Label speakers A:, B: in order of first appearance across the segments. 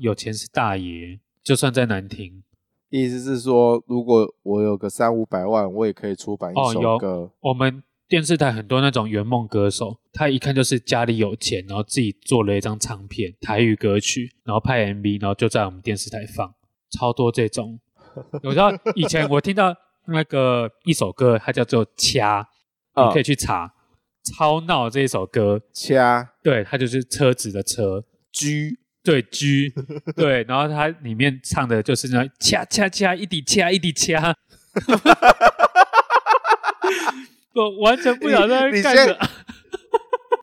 A: 有钱是大爷，就算再难听
B: 意思是说，如果我有个三五百万，我也可以出版一
A: 哦
B: 首
A: 有
B: 歌。
A: 我们电视台很多那种圆梦歌手，他一看就是家里有钱，然后自己做了一张唱片台语歌曲，然后拍 MV，然后就在我们电视台放，超多这种。我知道以前我听到那个一首歌，它叫做《掐》，
B: 嗯
A: 你可以去查《超闹》这一首歌，
B: 掐
A: 对，它就是车子的车，
B: 居
A: 对 G，对，然后它里面唱的就是那掐掐掐一滴掐一滴掐，我完全不想在
B: 你
A: 那
B: 你
A: 干
B: 现
A: 什么。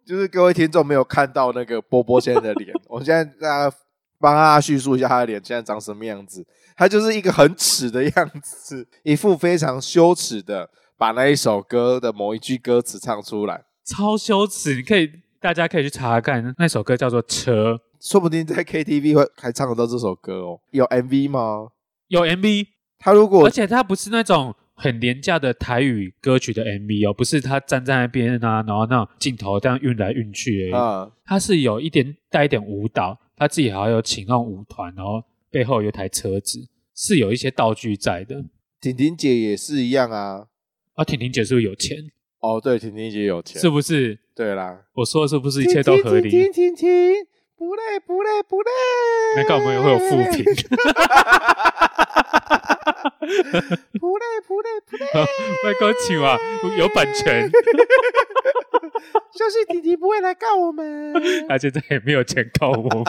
B: 就是各位听众没有看到那个波波先生的脸，我现在大家帮他叙述一下他的脸现在长什么样子。他就是一个很耻的样子，一副非常羞耻的把那一首歌的某一句歌词唱出来，
A: 超羞耻！你可以，大家可以去查看那首歌叫做《车》，
B: 说不定在 KTV 会还唱得到这首歌哦。有 MV 吗？
A: 有 MV，
B: 他如果
A: 而且它不是那种很廉价的台语歌曲的 MV 哦，不是他站在那边啊，然后那种镜头这样运来运去而已，
B: 啊、
A: 它是有一点带一点舞蹈，他自己还有请那种舞团，然后背后有一台车子，是有一些道具在的。
B: 嗯婷婷姐也是一样啊。
A: 啊，婷婷姐是不是有钱？
B: 哦，对，婷婷姐有钱，
A: 是不是？
B: 对啦，
A: 我说的是不是一切都合理？
B: 婷婷婷婷，婷不累不累不累。
A: 难怪我们也会有负评。
B: 不累不累不累，
A: 外公请啊，有版权，
B: 相信弟弟不会来告我们。
A: 他现在也没有钱告我 们。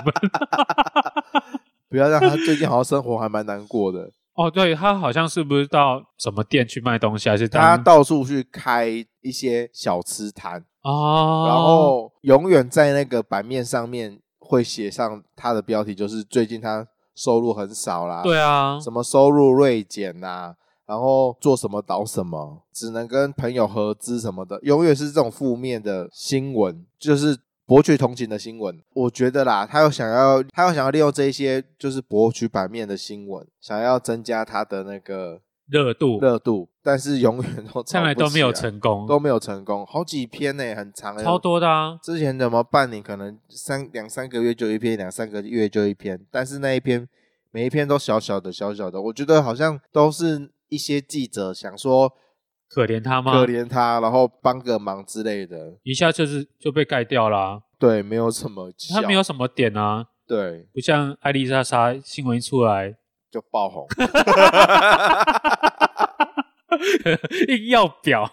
B: 不要让他最近好像生活还蛮难过的，
A: 哦，对他好像是不是到什么店去卖东西，还是
B: 他
A: 当
B: 到处去开一些小吃摊，
A: 哦，
B: 然后永远在那个版面上面会写上他的标题，就是最近他收入很少啦，
A: 对啊，
B: 什么收入锐减呐、然后做什么倒什么，只能跟朋友合资什么的，永远是这种负面的新闻，就是博取同情的新闻。我觉得啦，他有想要，他有想要利用这一些就是博取版面的新闻，想要增加他的那个
A: 热度
B: 热度，但是永远都
A: 看来
B: 炒不
A: 都没有
B: 起来，
A: 成功，
B: 都没有成功，好几篇呢、很长、欸，
A: 超多的啊。
B: 之前怎么办？你可能三两三个月就一篇，两三个月就一篇，但是那一篇每一篇都小小的小小的，我觉得好像都是一些记者想说
A: 可怜他吗？
B: 可怜他，然后帮个忙之类的。
A: 一下就是就被盖掉啊啦、
B: 对，没有什么效，
A: 他没有什么点啊，
B: 对，
A: 不像艾丽莎莎新闻一出来，
B: 就爆红。
A: 硬要表。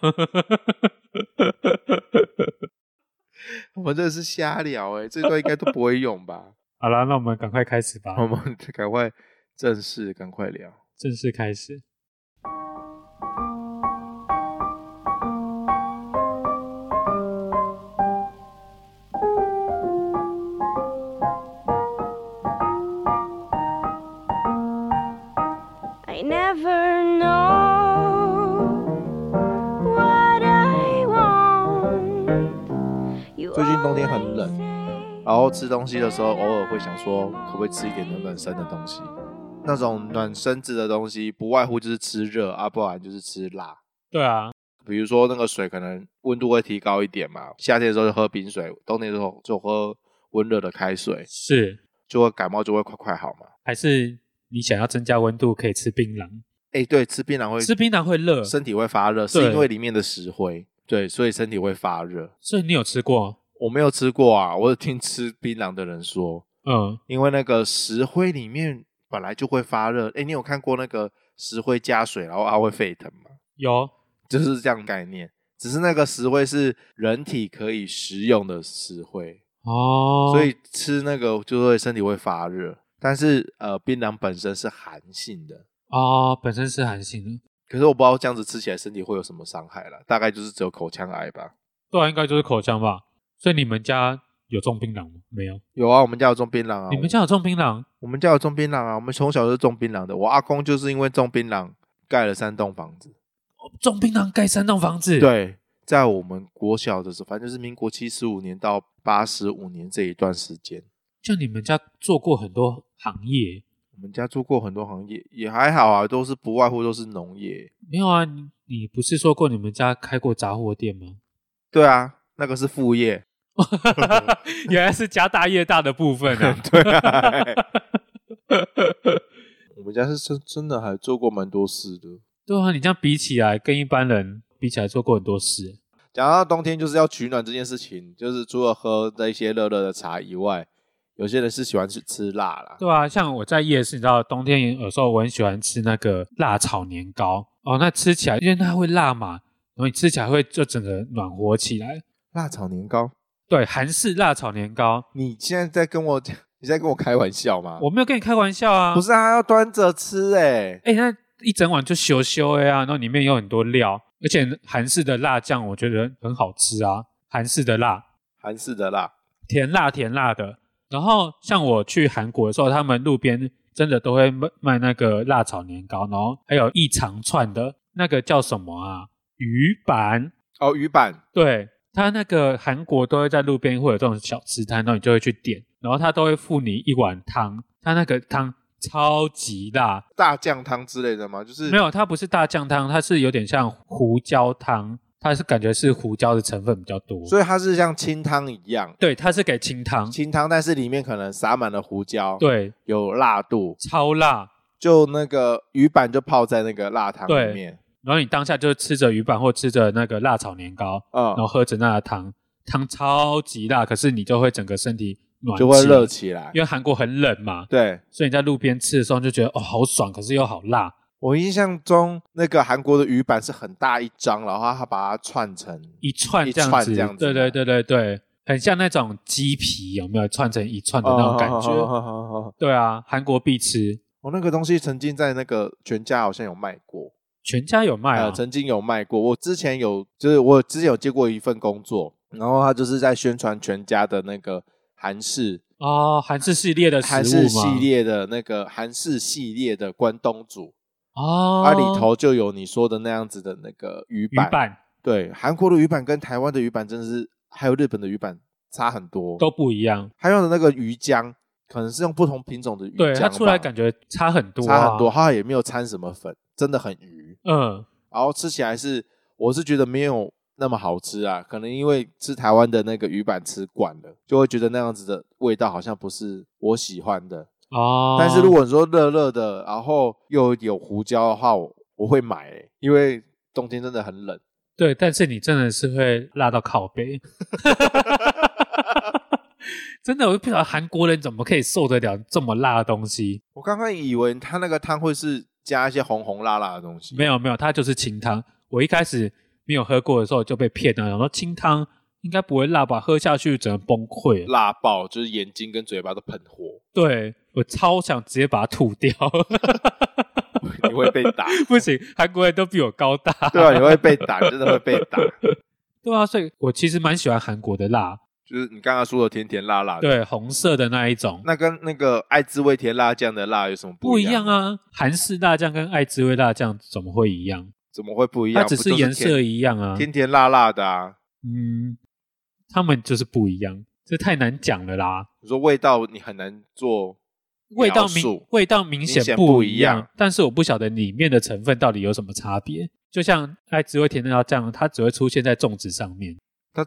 B: 我们这是瞎聊哎、这段应该都不会用吧？
A: 好啦，那我们赶快开始吧，
B: 我们赶快正式，赶快聊。
A: 正式开始。
C: I never know what I want. You
B: 最近冬天很冷，
C: 冷
B: 然后吃东西的时候，偶尔会想说，可不可以吃一点暖暖身的东西？那种暖身子的东西，不外乎就是吃热啊，不然就是吃辣。
A: 对啊，
B: 比如说那个水可能温度会提高一点嘛，夏天的时候就喝冰水，冬天的时候就喝温热的开水，
A: 是
B: 就会感冒就会快快好嘛。
A: 还是你想要增加温度，可以吃槟榔。
B: 哎，对，吃槟榔会
A: 吃槟榔会热，
B: 身体会发热，是
A: 对
B: 因为里面的石灰，对，所以身体会发热。
A: 所以你有吃过？
B: 我没有吃过啊，我有听吃槟榔的人说，
A: 嗯，
B: 因为那个石灰里面本来就会发热。哎，你有看过那个石灰加水，然后它会沸腾吗？
A: 有。
B: 就是这样概念，只是那个石灰是人体可以食用的石灰，
A: 哦，
B: 所以吃那个就会身体会发热。但是呃，槟榔本身是寒性的，
A: 哦，本身是寒性的，
B: 可是我不知道这样子吃起来身体会有什么伤害啦，大概就是只有口腔癌吧。
A: 对啊，应该就是口腔吧。所以你们家有种槟榔吗？没有，
B: 有啊，我们家有种槟榔啊，
A: 你们家有种槟榔？
B: 我们家有种槟榔啊，我们从小就是种槟榔的。我阿公就是因为种槟榔盖了三栋房子。
A: 种槟榔盖三栋房子？，
B: 对，啊在我们国小的时候，反正就是民国七十五年到八十五年这一段时间，
A: 就你们家做过很多行业，
B: 我们家做过很多行业，也还好啊，都是不外乎都是农业。
A: 没有啊？你你不是说过你们家开过杂货店 吗？
B: 对啊，那个是副 业。！
A: 原来是家大业大的部分啊
B: 对啊， 们家是真真的还做过蛮多事的。
A: 对啊，你这样比起来，跟一般人比起来做过很多事，
B: 讲到冬天就是要取暖这件事情，就是除了喝的一些热热的茶以外，有些人是喜欢去吃辣啦。
A: 对啊，像我在夜市，你知道冬天有时候我很喜欢吃那个辣炒年糕哦，那吃起来因为它会辣嘛，然后你吃起来会就整个暖和起来。
B: 辣炒年糕，
A: 对，韩式辣炒年糕，
B: 你现在在跟我讲，你在跟我开玩笑吗？
A: 我没有跟你开玩笑啊，
B: 不是啊，要端着吃哎、
A: 哎、那一整碗就羞羞哎啊，然后里面有很多料，而且韩式的辣酱我觉得很好吃啊，韩式的辣，
B: 韩式的辣，
A: 甜辣甜辣的。然后像我去韩国的时候，他们路边真的都会卖卖那个辣炒年糕，然后还有一长串的那个叫什么啊？鱼板，
B: 哦，鱼板，
A: 对，它那个韩国都会在路边会有这种小吃摊，然后你就会去点，然后它都会附你一碗汤，它那个汤超级辣，
B: 大酱汤之类的吗？就是
A: 没有，它不是大酱汤，它是有点像胡椒汤，它是感觉是胡椒的成分比较多。
B: 所以它是像清汤一样，
A: 对，它是给清汤，
B: 清汤，但是里面可能撒满了胡椒，，
A: 对，
B: 有辣度，
A: 超辣。
B: 就那个鱼板就泡在那个辣汤里
A: 对
B: 面，
A: 然后你当下就吃着鱼板或吃着那个辣炒年糕，
B: 嗯
A: 然，后喝着那个汤，汤超级辣，可是你就会整个身体暖
B: 就会热
A: 起，
B: 起来
A: 因。为韩国很冷嘛，
B: 对
A: 所以你在路边吃的时候就觉得哦好爽，可是又好辣。
B: 我印象中，那个韩国的鱼板是很大一张，然后它把它串成，
A: 一串
B: 一
A: 这样
B: 串
A: 子，
B: 这样子啊
A: 对对对对对，很像那种鸡皮有没有串成一串的那种感觉？
B: 哦
A: 对啊，韩国必吃。
B: 我那个东西曾经在那个全家好像有卖过，
A: 全家有卖啊
B: 呃，，曾经有卖过。我之前有，就是我之前有接过一份工作，然后他就是在宣传全家的那个韩式
A: 哦，韩式系列的食物
B: 韩式
A: 吗
B: 系列的那个韩式系列的关东煮，
A: 哦，
B: 它、啊里头就有你说的那样子的那个鱼
A: 鱼
B: 板。
A: 板
B: 对，韩国的鱼板跟台湾的鱼板真的是，还有日本的鱼板差很多。
A: 都不一样，
B: 他用的那个鱼浆，可能是用不同品种的鱼浆吧，
A: 对它出来感觉差很多、啊，
B: 嗯差很多，。它也没有掺什么粉，真的很鱼。
A: 嗯，
B: 然后吃起来是，我是觉得没有那么好吃啊，可能因为吃台湾的那个鱼板吃惯了，就会觉得那样子的味道好像不是我喜欢的。
A: 哦，
B: 但是如果你说热热的，然后又有胡椒的话，我我会买、欸，因为冬天真的很冷。
A: 对，但是你真的是会辣到靠背， 真的，我就不晓得韩国人怎么可以受得了这么辣的东西。
B: 我刚刚以为它那个汤会是加一些红红辣辣的东西，
A: 没有没有，它就是清汤。我一开始没有喝过的时候就被骗了，然后清汤应该不会辣吧，喝下去整个崩溃。
B: 辣爆，就是眼睛跟嘴巴都喷 火，
A: 对我超想直接把它吐掉。
B: 你会被打，
A: 不行，韩国人都比我高大。
B: 对啊，你会被打，真的会被打。
A: 对啊，所以我其实蛮喜欢韩国的辣，
B: 就是你刚刚说的甜甜辣辣的，
A: 对，红色的那一种，
B: 啊那跟那个爱滋味甜辣酱的辣有什么
A: 不
B: 一
A: 一样？啊。韩式辣酱跟爱滋味辣酱怎么会一样？
B: 怎么会不一样？
A: 它只
B: 不
A: 是
B: 就
A: 颜
B: 甜
A: 色一样啊。
B: 甜甜辣辣的啊。
A: 嗯，他们就是不一样，这太难讲了啦。
B: 你说味道你很难做
A: 味道
B: 描
A: 明
B: 述
A: 味道明
B: 明
A: 显
B: 显
A: 不
B: 不
A: 一
B: 一
A: 样
B: 样，
A: 但是我不晓得里面的成分到底有什么差别。就像爱滋味甜辣酱，它只会出现在粽子上面，
B: 它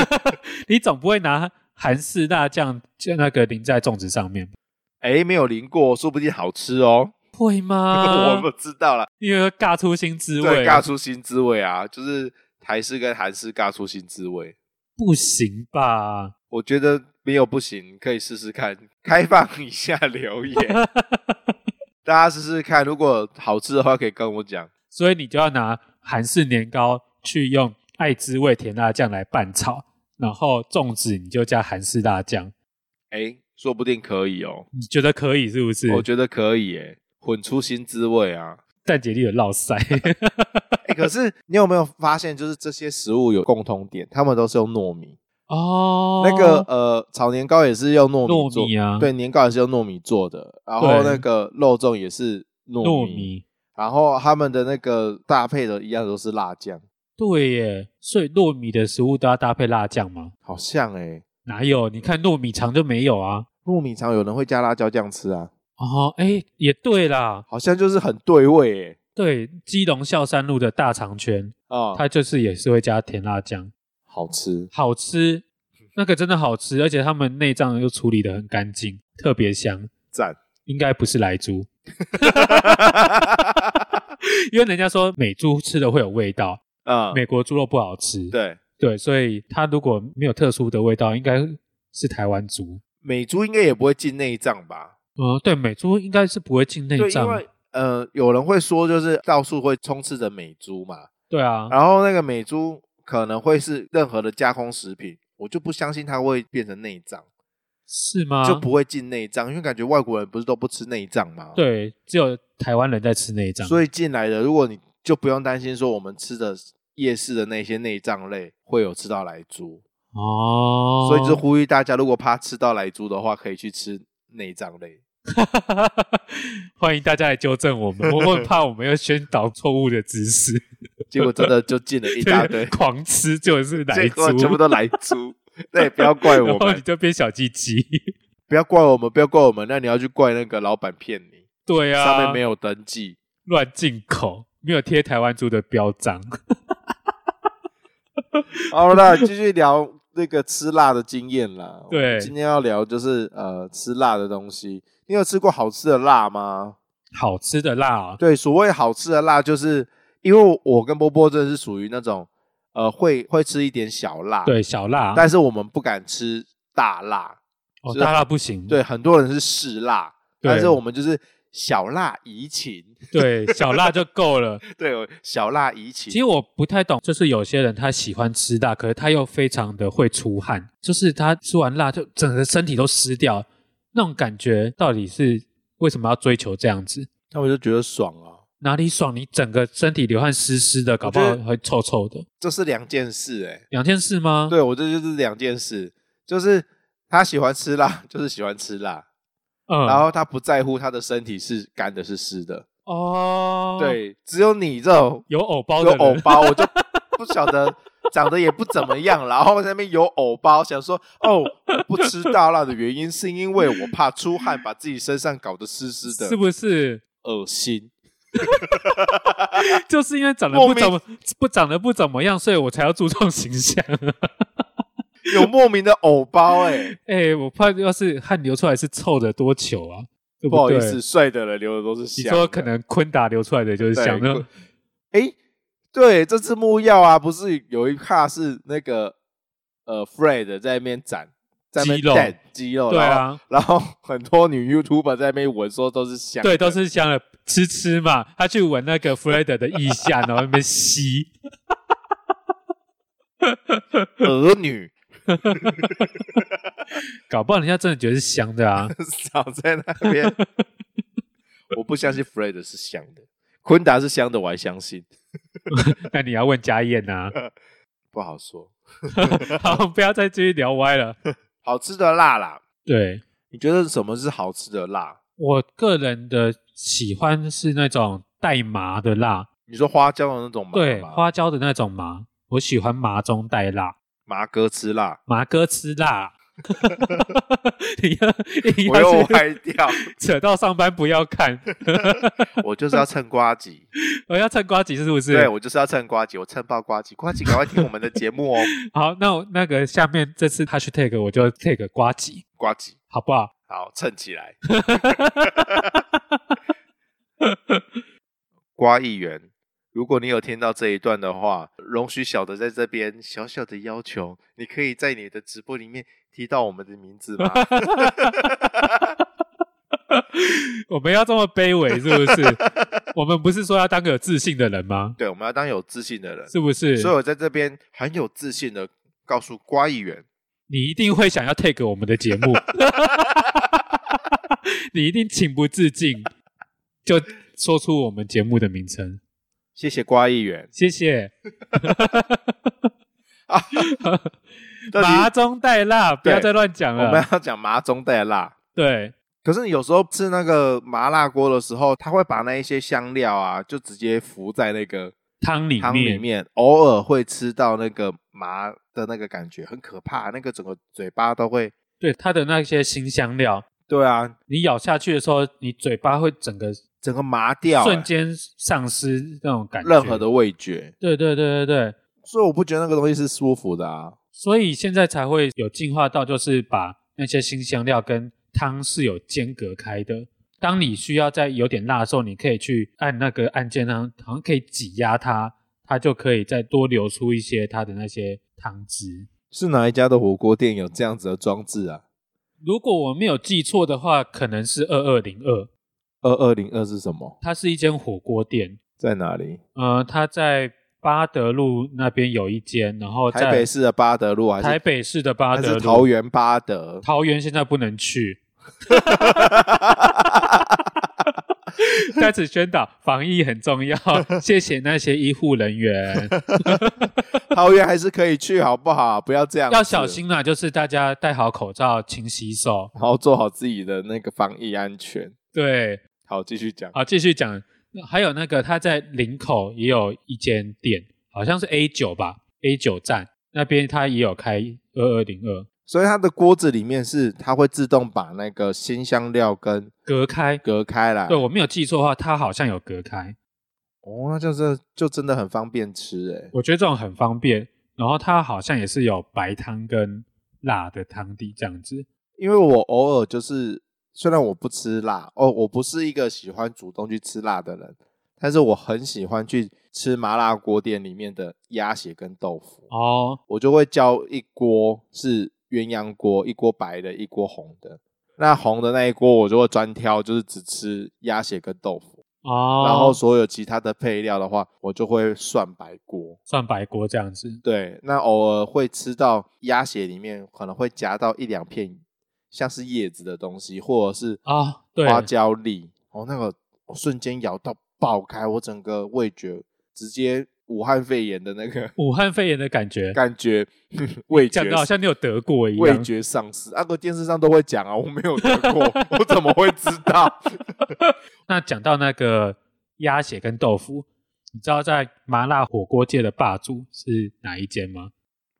A: 你总不会拿韩式辣酱就那个淋在粽子上面吧，
B: 哎没有淋过，说不定好吃哦。
A: 会吗？
B: 我们知道了，
A: 因为尬出新啊滋
B: 对，
A: 味，
B: 尬出新滋味啊，就是台式跟韩式尬出新滋味。
A: 不行吧？
B: 我觉得没有不行，可以试试看，开放一下留言， 大家试试看，如果好吃的话可以跟我讲。
A: 所以你就要拿韩式年糕去用爱滋味甜辣酱来拌炒，然后粽子你就加韩式辣酱，
B: 哎，说不定可以哦。
A: 你觉得可以是不是？
B: 我觉得可以诶，混出新滋味 啊！
A: 蛋姐弟有落 腮，
B: 哎，可是你有没有发现，就是这些食物有共同点，他们都是用糯米。
A: 哦，
B: 那个呃，炒年糕也是用糯米做，
A: 糯米啊
B: 对，年糕也是用糯米做的，然后
A: 对
B: 那个肉粽也是糯米，
A: 糯米，
B: 然后他们的那个搭配的一样都是辣酱，
A: 对耶，所以糯米的食物都要搭配辣酱吗？
B: 好像诶，
A: 哪有？你看糯米肠就没有啊。
B: 糯米肠有人会加辣椒酱吃啊，
A: 哦，哎，也对啦，
B: 好像就是很对味诶。
A: 对，基隆孝山路的大肠圈，
B: 啊、
A: 它就是也是会加甜辣酱，
B: 好吃，
A: 好吃，那个真的好吃，而且他们内脏又处理的很干净，特别香。
B: 赞！
A: 应该不是来猪，因为人家说美猪吃的会有味道，
B: 嗯，
A: 美国猪肉不好吃。
B: 对，
A: 对，所以它如果没有特殊的味道，应该是台湾猪。
B: 美猪应该也不会进内脏吧？
A: 嗯，对，美猪应该是不会进内
B: 对，因
A: 脏。
B: 为呃，有人会说就是到处会充斥着美猪嘛，
A: 对啊，
B: 然后那个美猪可能会是任何的加工食品，我就不相信它会变成内脏，
A: 是吗？
B: 就不会进内脏，因为感觉外国人不是都不吃内脏吗？，
A: 对，只有台湾人在吃内脏。
B: 所
A: 以
B: 以进来的如果你就不用担心说我们吃的夜市的那些内脏类会有吃到来猪，
A: 哦，
B: 所以就呼吁大家，如果怕吃到来猪的话，可以去吃内脏类。
A: 欢迎大家来纠正我们，我很怕我们又宣导错误的知识，
B: 结果真的就进 了一大堆，
A: 狂吃就是来
B: 结
A: 猪
B: 果，全部都来 猪。对，不要怪我
A: 然后你
B: 们，
A: 就变小鸡鸡。
B: 不要怪我们，不要怪我们。那你要去怪那个老板骗你，
A: 对啊，
B: 上面没有登记。
A: 乱进口，没有贴台湾猪的标章。
B: 好啦，继续聊那个吃辣的经验啦。
A: 对
B: 我们今天要聊就是呃吃辣的东西。你有吃过好吃的辣吗？
A: 好吃的辣、哦，
B: 对，所谓好吃的辣，就是因为我跟波波真的是属于那种呃会会吃一点小辣，，
A: 对小辣，
B: 啊但是我们不敢吃大辣。
A: 哦
B: 是
A: 大辣不行。
B: 对，很多人是嗜辣，
A: 对
B: 但是我们就是小辣怡情。
A: 对小辣就够了。
B: 对，我小辣怡情。
A: 其实我不太懂，就是有些人他喜欢吃辣，可是他又非常的会出汗，就是他吃完辣就整个身体都湿掉，那种感觉到底是为什么要追求这样子？
B: 那我就觉得爽啊，
A: 哪里爽？你整个身体流汗湿湿的，搞不
B: 我
A: 好
B: 觉得
A: 会臭臭的，
B: 这是两件事哎、
A: 两件事吗？
B: 对我这就是两件事，就是他喜欢吃辣， 就是喜欢吃辣，
A: 嗯，
B: 然后他不在乎他的身体是干的是湿的。
A: 哦，，
B: 对，只有你这种
A: 有藕 包
B: 有
A: 的人
B: 藕包，我就不晓得。长得也不怎么样，然后在那边有藕包，想说哦，我不吃大辣的原因是因为我怕出汗，把自己身上搞得湿湿的，
A: 是不是？
B: 恶心？
A: 就是因为长得
B: 莫
A: 不
B: 名
A: 怎么不长得不怎么样，所以我才要注重形象。
B: 有莫名的藕包哎、
A: 哎、我怕要是汗流出来是臭的，多糗啊！ 对
B: 不
A: 对
B: 好意思，，帅的人流的都是
A: 你
B: 香的。
A: 说可能昆达流出来的就是
B: 对
A: 香，那
B: 昆哎，对，这次木曜啊，不是有一趴是那个呃 Fred 在那边展，在那
A: 肌肉
B: 边展肌肉，
A: 对
B: 然后
A: 啊，
B: 然后很多女 YouTuber 在那边闻说都是香的，
A: 对，都是香的，吃吃嘛。他去闻那个 Fred 的腋下，然后那边吸，
B: 儿女
A: 搞不好人家真的觉得是香的 啊。
B: 少在那 边。我不相信 Fred 是香的，昆达是香的，我还相信，
A: 那你要问家燕 啊，
B: 不好说。
A: 好，不要再继续聊歪了。
B: 好吃的辣啦，
A: 对
B: 你觉得什么是好吃的辣？
A: 我个人的喜欢是那种带麻的辣，
B: 你说花椒的那种麻
A: 对，
B: 吗
A: 花椒的那种麻，我喜欢麻中带辣，
B: 麻哥 吃辣，
A: 麻哥吃 辣。 你要你
B: 我又
A: 要是
B: 歪掉，
A: 扯到上班不要看，
B: 我就是要蹭瓜吉。
A: 我要蹭瓜吉是不是？
B: 对我就是要蹭瓜吉，我蹭爆瓜吉，瓜吉赶快听我们的节目哦，
A: 好，那我那个下面这次 hashtag 我就 take 瓜吉，
B: 瓜吉，
A: 好不好？
B: 好蹭起来。瓜议员，如果你有听到这一段的话，容许小的在这边小小的要求，你可以在你的直播里面提到我们的名字吗？
A: 我们要这么卑微是不是？我们不是说要当个有自信的人吗？
B: 对，我们要当有自信 的人，
A: 是不是？
B: 所以我在这边很有自信的告诉瓜议员，
A: 你一定会想要 take 我们的节目， 你一定情不自禁就说出我们节目的名称。
B: 谢谢瓜议员。
A: 谢 谢。
B: 啊到底
A: 麻中带辣，不要再乱讲
B: 我们
A: 了。
B: 要讲麻中带辣。
A: 对，
B: 可是你有时候吃那个麻辣锅的时候，它会把那一些香料啊，就直接浮在那个
A: 汤里面，
B: 汤里面，偶尔会吃到那个麻的那个感觉，很可怕，那个整个嘴巴都会。
A: 对它的那些新香料，
B: 对啊，
A: 你咬下去的时候，你嘴巴会整个
B: 整个麻掉、
A: 瞬
B: 欸，
A: 间丧失那种感觉。
B: 任何，的味觉，
A: 对对对对对。
B: 所以我不觉得那个东西是舒服的啊。
A: 所以现在才会有进化到，就是把那些新香料跟汤是有间隔开的。当你需要在有点辣的时候，你可以去按那个按键上，好像可以挤压它，它就可以再多流出一些它的那些汤汁。
B: 是哪一家的火锅店有这样子的装置啊？
A: 如果我没有记错的话，可能是二二零二，
B: 二二零二是什么？
A: 它是一间火锅店，
B: 在哪里？
A: 呃，它在巴德路那边有一间，然后在
B: 台北市的巴德路还是
A: 台北市的巴
B: 还
A: 德
B: 是
A: 路，
B: 桃园巴德？
A: 桃园现在不能去，在此宣导防疫很重要，谢谢那些医护人 员，
B: 桃园还是可以去，好不好？不要这样，
A: 要小。心啦，就是大家戴好口罩，勤洗手。
B: 然后做好自己的那个防疫安全。
A: 对，
B: 好，继续讲。
A: 好，继续讲，那还有那个他在林口也有一间店，好像是 A 九吧，A 九站那边他也有开二二零二
B: 所以它的锅子里面是它会自动把那个新香料跟
A: 隔开，
B: 隔开来。
A: 对我没有记错的话，他好像有隔开。
B: 哦，那就是就真的很方便吃欸诶。
A: 我觉得这种很方便。然后它好像也是有白汤跟辣的汤底这样子。
B: 因为我偶尔就是，虽然我不吃辣哦，我不是一个喜欢主动去吃辣的人，但是我很喜欢去吃麻辣锅店里面的鸭血跟豆腐。
A: 哦，
B: 我就会叫一锅是鸳鸯锅，一锅白的，一锅红的。那红的那一锅，我就会专挑，就是只吃鸭血跟豆腐，
A: 哦，
B: 然后所有其他的配料的话，我就会涮白锅。
A: 涮白锅这样子。
B: 对，那偶尔会吃到鸭血里面可能会夹到一两片像是叶子的东西，或者是
A: 啊对
B: 花椒粒。哦，那个我瞬间咬到爆开，我整个味觉直接武汉肺炎的那个
A: 武汉肺炎的感觉，
B: 感 觉，味觉
A: 讲的好像你有得过一
B: 味
A: 样。
B: 觉丧失。那个电视上都会讲啊，我没有得 过，我怎么会知道？
A: 那讲到那个鸭血跟豆腐，你知道在麻辣火锅界的霸主是哪一间吗？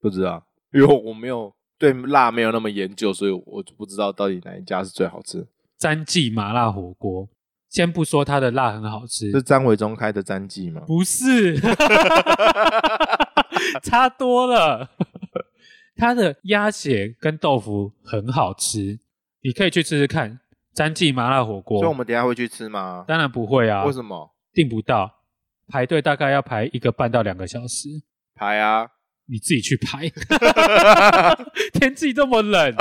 B: 不知道，因为我没有对辣没有那么研究，所以我就不知道到底哪一家是最好吃。
A: 詹记麻辣火锅。先不说它的辣很好吃，
B: 是张伟忠开的战绩吗？
A: 不是， 差多了。它的鸭血跟豆腐很好吃，你可以去吃吃看。詹记麻辣火锅，
B: 所以我们等一下会去吃吗？
A: 当然不会啊，
B: 为什么
A: 订不到？排队大概要排一个半到两个小时，
B: 排啊？
A: 你自己去排。 天气这么 冷，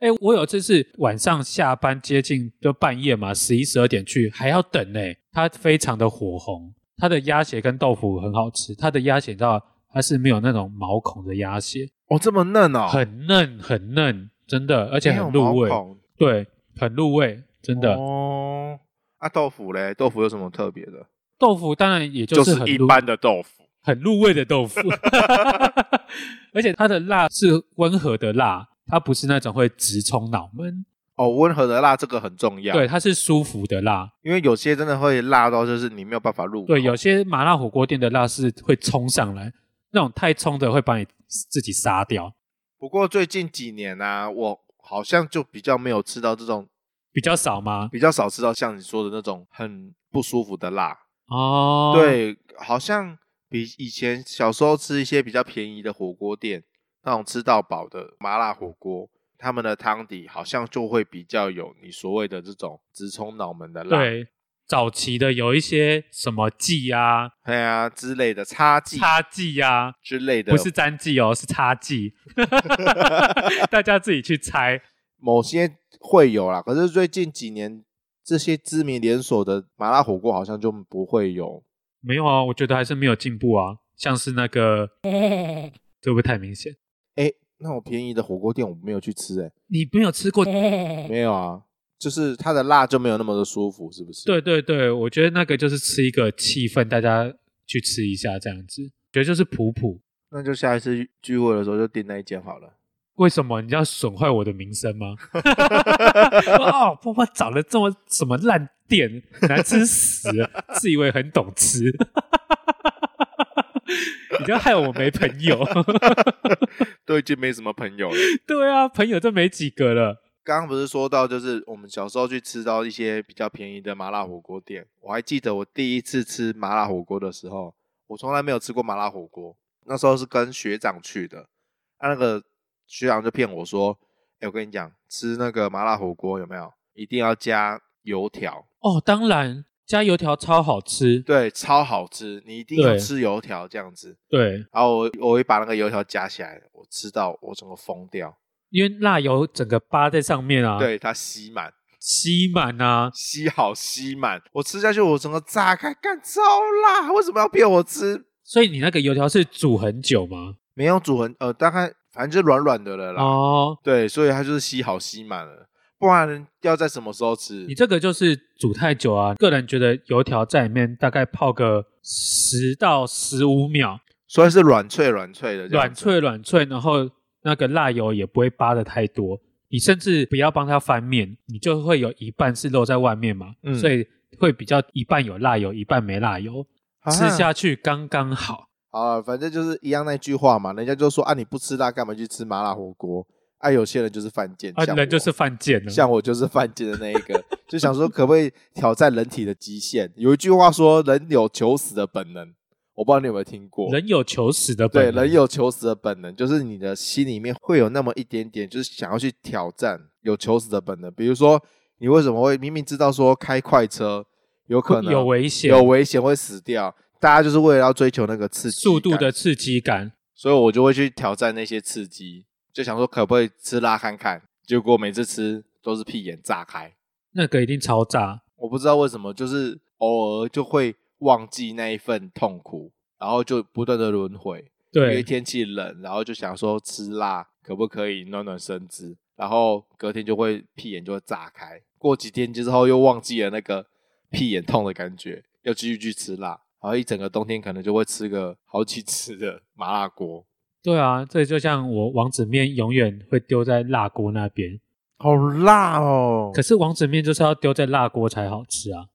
A: 哎、我有次是晚上下班接近就半夜嘛，十一十二点去还要等呢、它非常的火红，它的鸭血跟豆腐很好吃，它的鸭血你知道它是没有那种毛孔的鸭血，
B: 哦，这么嫩哦，
A: 很嫩很嫩，真的，而
B: 而
A: 且很入味，对，很入味，真的。
B: 哦，啊，豆腐嘞，豆腐有什么特别的？
A: 豆腐当然也就是很
B: 一
A: 入
B: 般的豆腐。
A: 很入味的豆腐， 而且它的辣是温和的辣，它不是那种会直冲脑门，
B: 哦，温和的辣这个很重要，
A: 对，，它是舒服的辣。
B: 因为有些真的会辣到就是你没有办法入口。
A: 对，有些麻辣火锅店的辣是会冲上来，那种太冲的会把你自己杀掉，
B: 不过最近几年啊，我好像就比较没有吃到这种，
A: 比较少吗？
B: 比较少吃到像你说的那种很不舒服的辣。
A: 哦，，
B: 对，好像比以前小时候吃一些比较便宜的火锅店，那种吃到饱的麻辣火锅，他们的汤底好像就会比较有你所谓的这种直冲脑门的辣，
A: 对，早期的有一些什么剂啊、
B: 哎呀、之类的差剂
A: 擦剂啊，
B: 之类的，
A: 不是粘剂哦，是擦剂，大家自己去猜。
B: 某些会有啦，可是最近几年这些知名连锁的麻辣火锅好像就不会有。
A: 没有啊，我觉得还是没有进步啊，像是那个，这会不会太明显？
B: 哎，那种便宜的火锅店我没有去吃、欸，
A: 你没有吃过？
C: 嗯
B: 哎，没有啊，就是它的辣就没有那么的舒服，是不是？
A: 对，对对，我觉得那个就是吃一个气氛，大家去吃一下这样子，觉得就是普普，
B: 那就下一次聚会的时候就订那一间好了。
A: 为什么你要损坏我的名声吗？ 哦，波波找了这么什么烂店，难吃死了，自以为很懂吃，你这样害我没朋友。
B: 都已经没什么朋友了。
A: 对啊，朋友都没几个了。
B: 刚刚不是说到，就是我们小时候去吃到一些比较便宜的麻辣火锅店，我还记得我第一次吃麻辣火锅的时候，我从来没有吃过麻辣火锅，那时候是跟学长去的，啊，那个学长就骗我说，哎、我跟你讲，吃那个麻辣火锅有没有一定要加油条，
A: 哦，当然加油条超好吃，
B: 对，超好吃，你一定要
A: 对
B: 吃油条这样子。
A: 对，
B: 然后我我会把那个油条夹起来，我吃到我整个疯掉，
A: 因为辣油整个扒在上面啊，，
B: 对它吸满，
A: 吸满啊，
B: 吸好吸满，我吃下去我整个炸开，干超辣，为什么要骗我吃？
A: 所以你那个油条是煮很久吗？
B: 没有煮很呃，大概反正就软软的了啦。
A: 哦，
B: 对，所以它就是吸好吸满了，不然要在什么时候吃
A: 你？这个就是煮太久啊，个人觉得油条在里面大概泡个十到十五秒，
B: 所以是软脆软脆的这样
A: 软
B: 子，
A: 脆软脆，然后那个辣油也不会扒的太多。你甚至不要帮它翻面，你就会有一半是露在外面嘛，
B: 嗯
A: 所以会比较一半有辣油，一半没辣油，
B: 啊
A: 吃下去刚刚好。
B: 啊，反正就是一样那句话嘛，人家就说啊，你不吃辣干嘛去吃麻辣火锅？啊，有些人就是犯贱，
A: 啊，
B: 像
A: 人就
B: 我
A: 是犯贱了。
B: 像我就是犯贱的那一个，就想说可不可以挑战人体的极限？有一句话说，人有求死的本能，我不知道你有没有听过。
A: 人有求死的本
B: 对，
A: 能，
B: 人有求死的本能，就是你的心里面会有那么一点点，就是想要去挑战有求死的本能。比如说，你为什么会明明知道说开快车有可能
A: 有危险，
B: 有危险会死掉，大家就是为了要追求那个刺激
A: 速度
B: 感
A: 的刺激感，
B: 所以我就会去挑战那些刺激，就想说可不可以吃辣看看。结果每次吃都是屁眼炸开，
A: 那个一定超炸。
B: 我不知道为什么，就是偶尔就会忘记那一份痛苦，然后就不断的轮回。因为
A: 对，
B: 天气冷，然后就想说吃辣可不可以暖暖身子，然后隔天就会屁眼就会炸开，过几天之后又忘记了那个屁眼痛的感觉，又继续去吃辣，然后一整个冬天可能就会吃个好几次的麻辣锅。
A: 对啊，这就像我王子面永远会丢在辣锅那边，
B: 好辣哦
A: 可是王子面就是要丢在辣锅才好吃啊，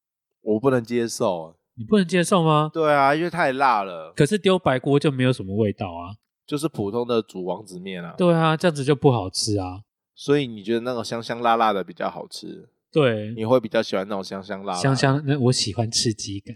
B: 我不能接受。啊
A: 你不能接受吗？
B: 对啊，因为太辣了，
A: 可是丢白锅就没有什么味道啊。
B: 就是普通的煮王子面啊。
A: 对啊，这样子就不好吃啊。
B: 所以你觉得那种香香辣辣的比较好吃？
A: 对，
B: 你会比较喜欢那种香香辣辣？
A: 香。 香，那我喜欢刺激感。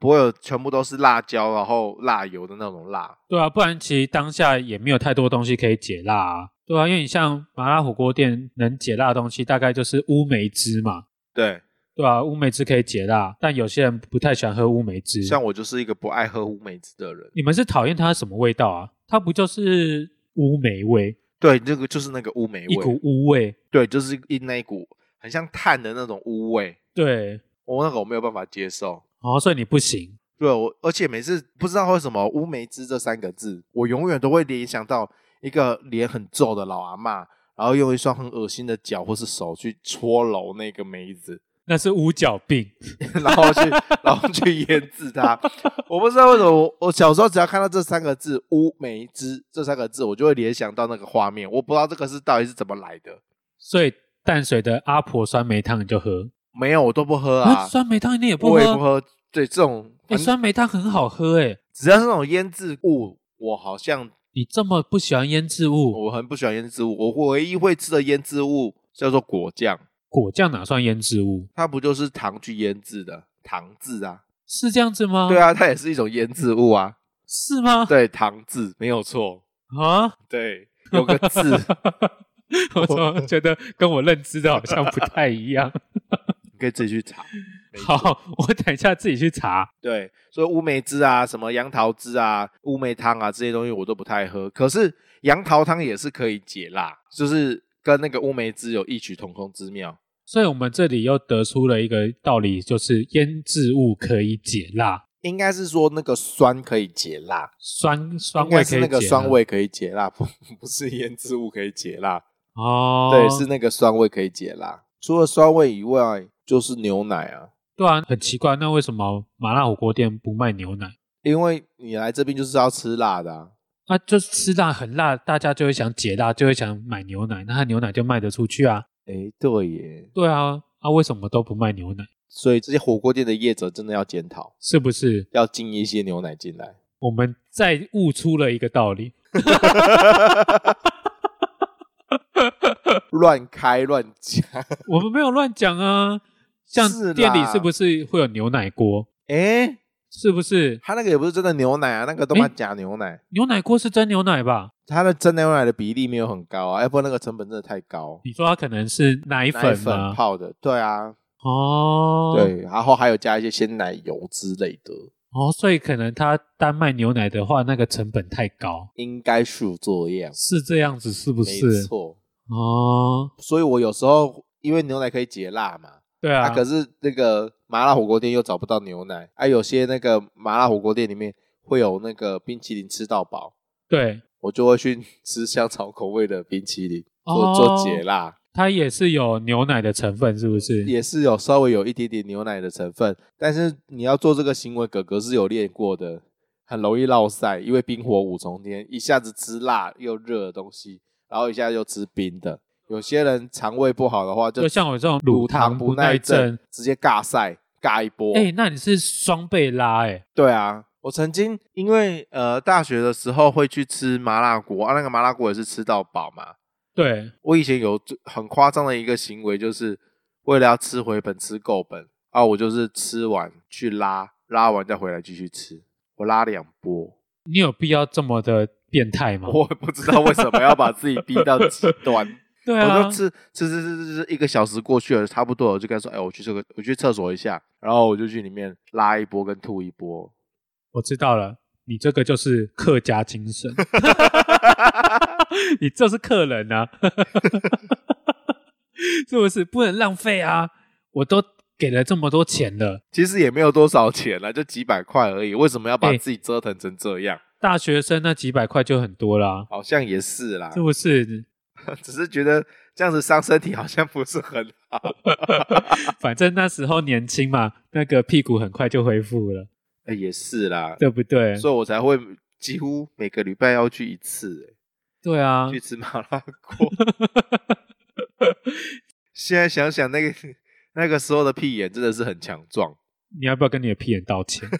B: 不会有全部都是辣椒，然后辣油的那种辣。
A: 对啊，不然其实当下也没有太多东西可以解辣啊。对啊，因为你像麻辣火锅店能解辣的东西，大概就是乌梅汁嘛，
B: 对，
A: 对啊，乌梅汁可以解辣，但有些人不太喜欢喝乌梅汁。
B: 像我就是一个不爱喝乌梅子的人。
A: 你们是讨厌它什么味道啊？它不就是乌梅味，
B: 对，那个就是那个乌梅味，
A: 一股乌味？
B: 对，就是一那一股很像炭的那种乌味，
A: 对，
B: 我、那个我没有办法接受。
A: 哦，所以你不行。
B: 对我，而且每次不知道为什么“乌梅汁”这三个字，我永远都会联想到一个脸很皱的老阿嬷，然后用一双很恶心的脚或是手去搓揉那个梅子，
A: 那是乌角病，
B: 然后去然后去腌制它。我不知道为什么我，我小时候只要看到这三个字“乌梅汁”这三个字，我就会联想到那个画面。我不知道这个是到底是怎么来的，
A: 所以淡水的阿婆酸梅汤你就喝
B: 没有我都不喝
A: 啊
B: 啊，
A: 酸梅汤你也不
B: 我也
A: 喝？
B: 不喝。对这种，
A: 哎、酸梅汤很好喝哎、
B: 只要是那种腌制物，我好像
A: 你这么不喜欢腌制物，
B: 我很不喜欢腌制物，我唯一会吃的腌制物叫做果酱，
A: 果酱哪算腌制物？
B: 它不就是糖去腌制的糖渍啊？
A: 是这样子吗？
B: 对，啊，它也是一种腌制物啊。
A: 是吗？
B: 对，糖渍没有错，
A: 啊，
B: 对，有个字
A: 我怎么觉得跟我认知的好像不太一样？
B: 你可以自己去 查。 没错，
A: 好，我等一下自己去查。
B: 对，所以乌梅汁啊，什么杨桃汁啊、乌梅汤啊这些东西我都不太喝，可是杨桃汤也是可以解辣，就是跟那个乌梅汁有异曲同工之妙。
A: 所以我们这里又得出了一个道理，就是腌制物可以解辣，
B: 应该是说那个酸可以解辣，
A: 酸酸
B: 应该
A: 味可
B: 是
A: 以解
B: 那
A: 辣。
B: 个酸味可以解辣，不不是腌制物可以解辣，
A: 哦，
B: 对，是那个酸味可以解辣。除了酸味以外，就是牛奶啊，
A: 对啊，很奇怪，那为什么麻辣火锅店不卖牛奶？
B: 因为你来这边就是要吃辣的、啊，
A: 啊，就是吃辣很辣，大家就会想解辣，就会想买牛奶，那它牛奶就卖得出去啊。
B: 哎，对耶，
A: 对啊，啊为什么都不卖牛奶？
B: 所以这些火锅店的业者真的要检讨，
A: 是不是？
B: 要进一些牛奶进来。
A: 我们再悟出了一个道理，
B: 乱开乱加。
A: 我们没有乱讲啊。像
B: 是啦
A: 店里是不是会有牛奶锅？
B: 哎、
A: 是不是
B: 他那个也不是真的牛奶啊，那个都
A: 诶
B: 蛮假牛奶。
A: 牛奶锅是真牛奶吧？
B: 它的真牛奶的比例没有很高啊，要不然那个成本真的太高。
A: 你说它可能是奶
B: 奶
A: 粉
B: 粉
A: 吗？
B: 泡的，对啊，
A: 哦，，
B: 对，然后还有加一些鲜奶油之类的，
A: 哦，所以可能它单卖牛奶的话，那个成本太高，
B: 应该是这样，
A: 是这样子是不
B: 没
A: 是？
B: 错。
A: 哦，
B: 所以我有时候因为牛奶可以解辣嘛，
A: 对
B: 啊，
A: 啊，
B: 可是那个麻辣火锅店又找不到牛奶，啊，有些那个麻辣火锅店里面会有那个冰淇淋吃到饱，
A: 对，
B: 我就会去 吃香草口味的冰淇淋做
A: 哦
B: 做解辣，
A: 它也是有牛奶的成分，是不是？
B: 也是有稍微有一点点牛奶的成分，但是你要做这个行为，哥哥是有练过的，很容易落塞，因为冰火五重天，一下子吃辣又热的东西，然后一下又吃冰的，有些人肠胃不好的话就
A: 就像我这种
B: 乳
A: 乳
B: 糖
A: 糖
B: 不
A: 不
B: 耐
A: 耐
B: 症
A: 症，
B: 直接尬赛尬一波。
A: 哎、那你是双倍拉哎、
B: 对啊，我曾经因为呃大学的时候会去吃麻辣锅啊，那个麻辣锅也是吃到饱嘛。
A: 对，
B: 我以前有最很夸张的一个行为，就是为了要吃回本、吃够本啊，我就是吃完去拉，拉完再回来继续吃，我拉两波。
A: 你有必要这么的变态吗？
B: 我也不知道为什么要把自己逼到极端，
A: 对
B: 我
A: 啊
B: 就，吃吃吃吃吃吃，一个小时过去了，差不多了，我就跟他说：“哎，我去这个，我去厕所一下。”然后我就去里面拉一波跟吐一波。
A: 我知道了，你这个就是客家精 神，你这是客人啊， 是不是？不能浪费啊！我都给了这么多钱了，
B: 其实也没有多少钱了，就几百块而已，为什么要把
A: 哎
B: 自己折腾成这样？
A: 大学生那几百块就很多啦，
B: 好像也是啦，
A: 是不是？
B: 只是觉得这样子伤身体好像不是很好。
A: 反正那时候年轻嘛，那个屁股很快就恢复了，
B: 哎，也是啦，
A: 对不对？
B: 所以我才会几乎每个礼拜要去一次、
A: 对啊
B: 哎，去吃麻辣 锅。现在想想那个那个时候的屁眼真的是很强壮，
A: 你要不要跟你的屁眼道歉？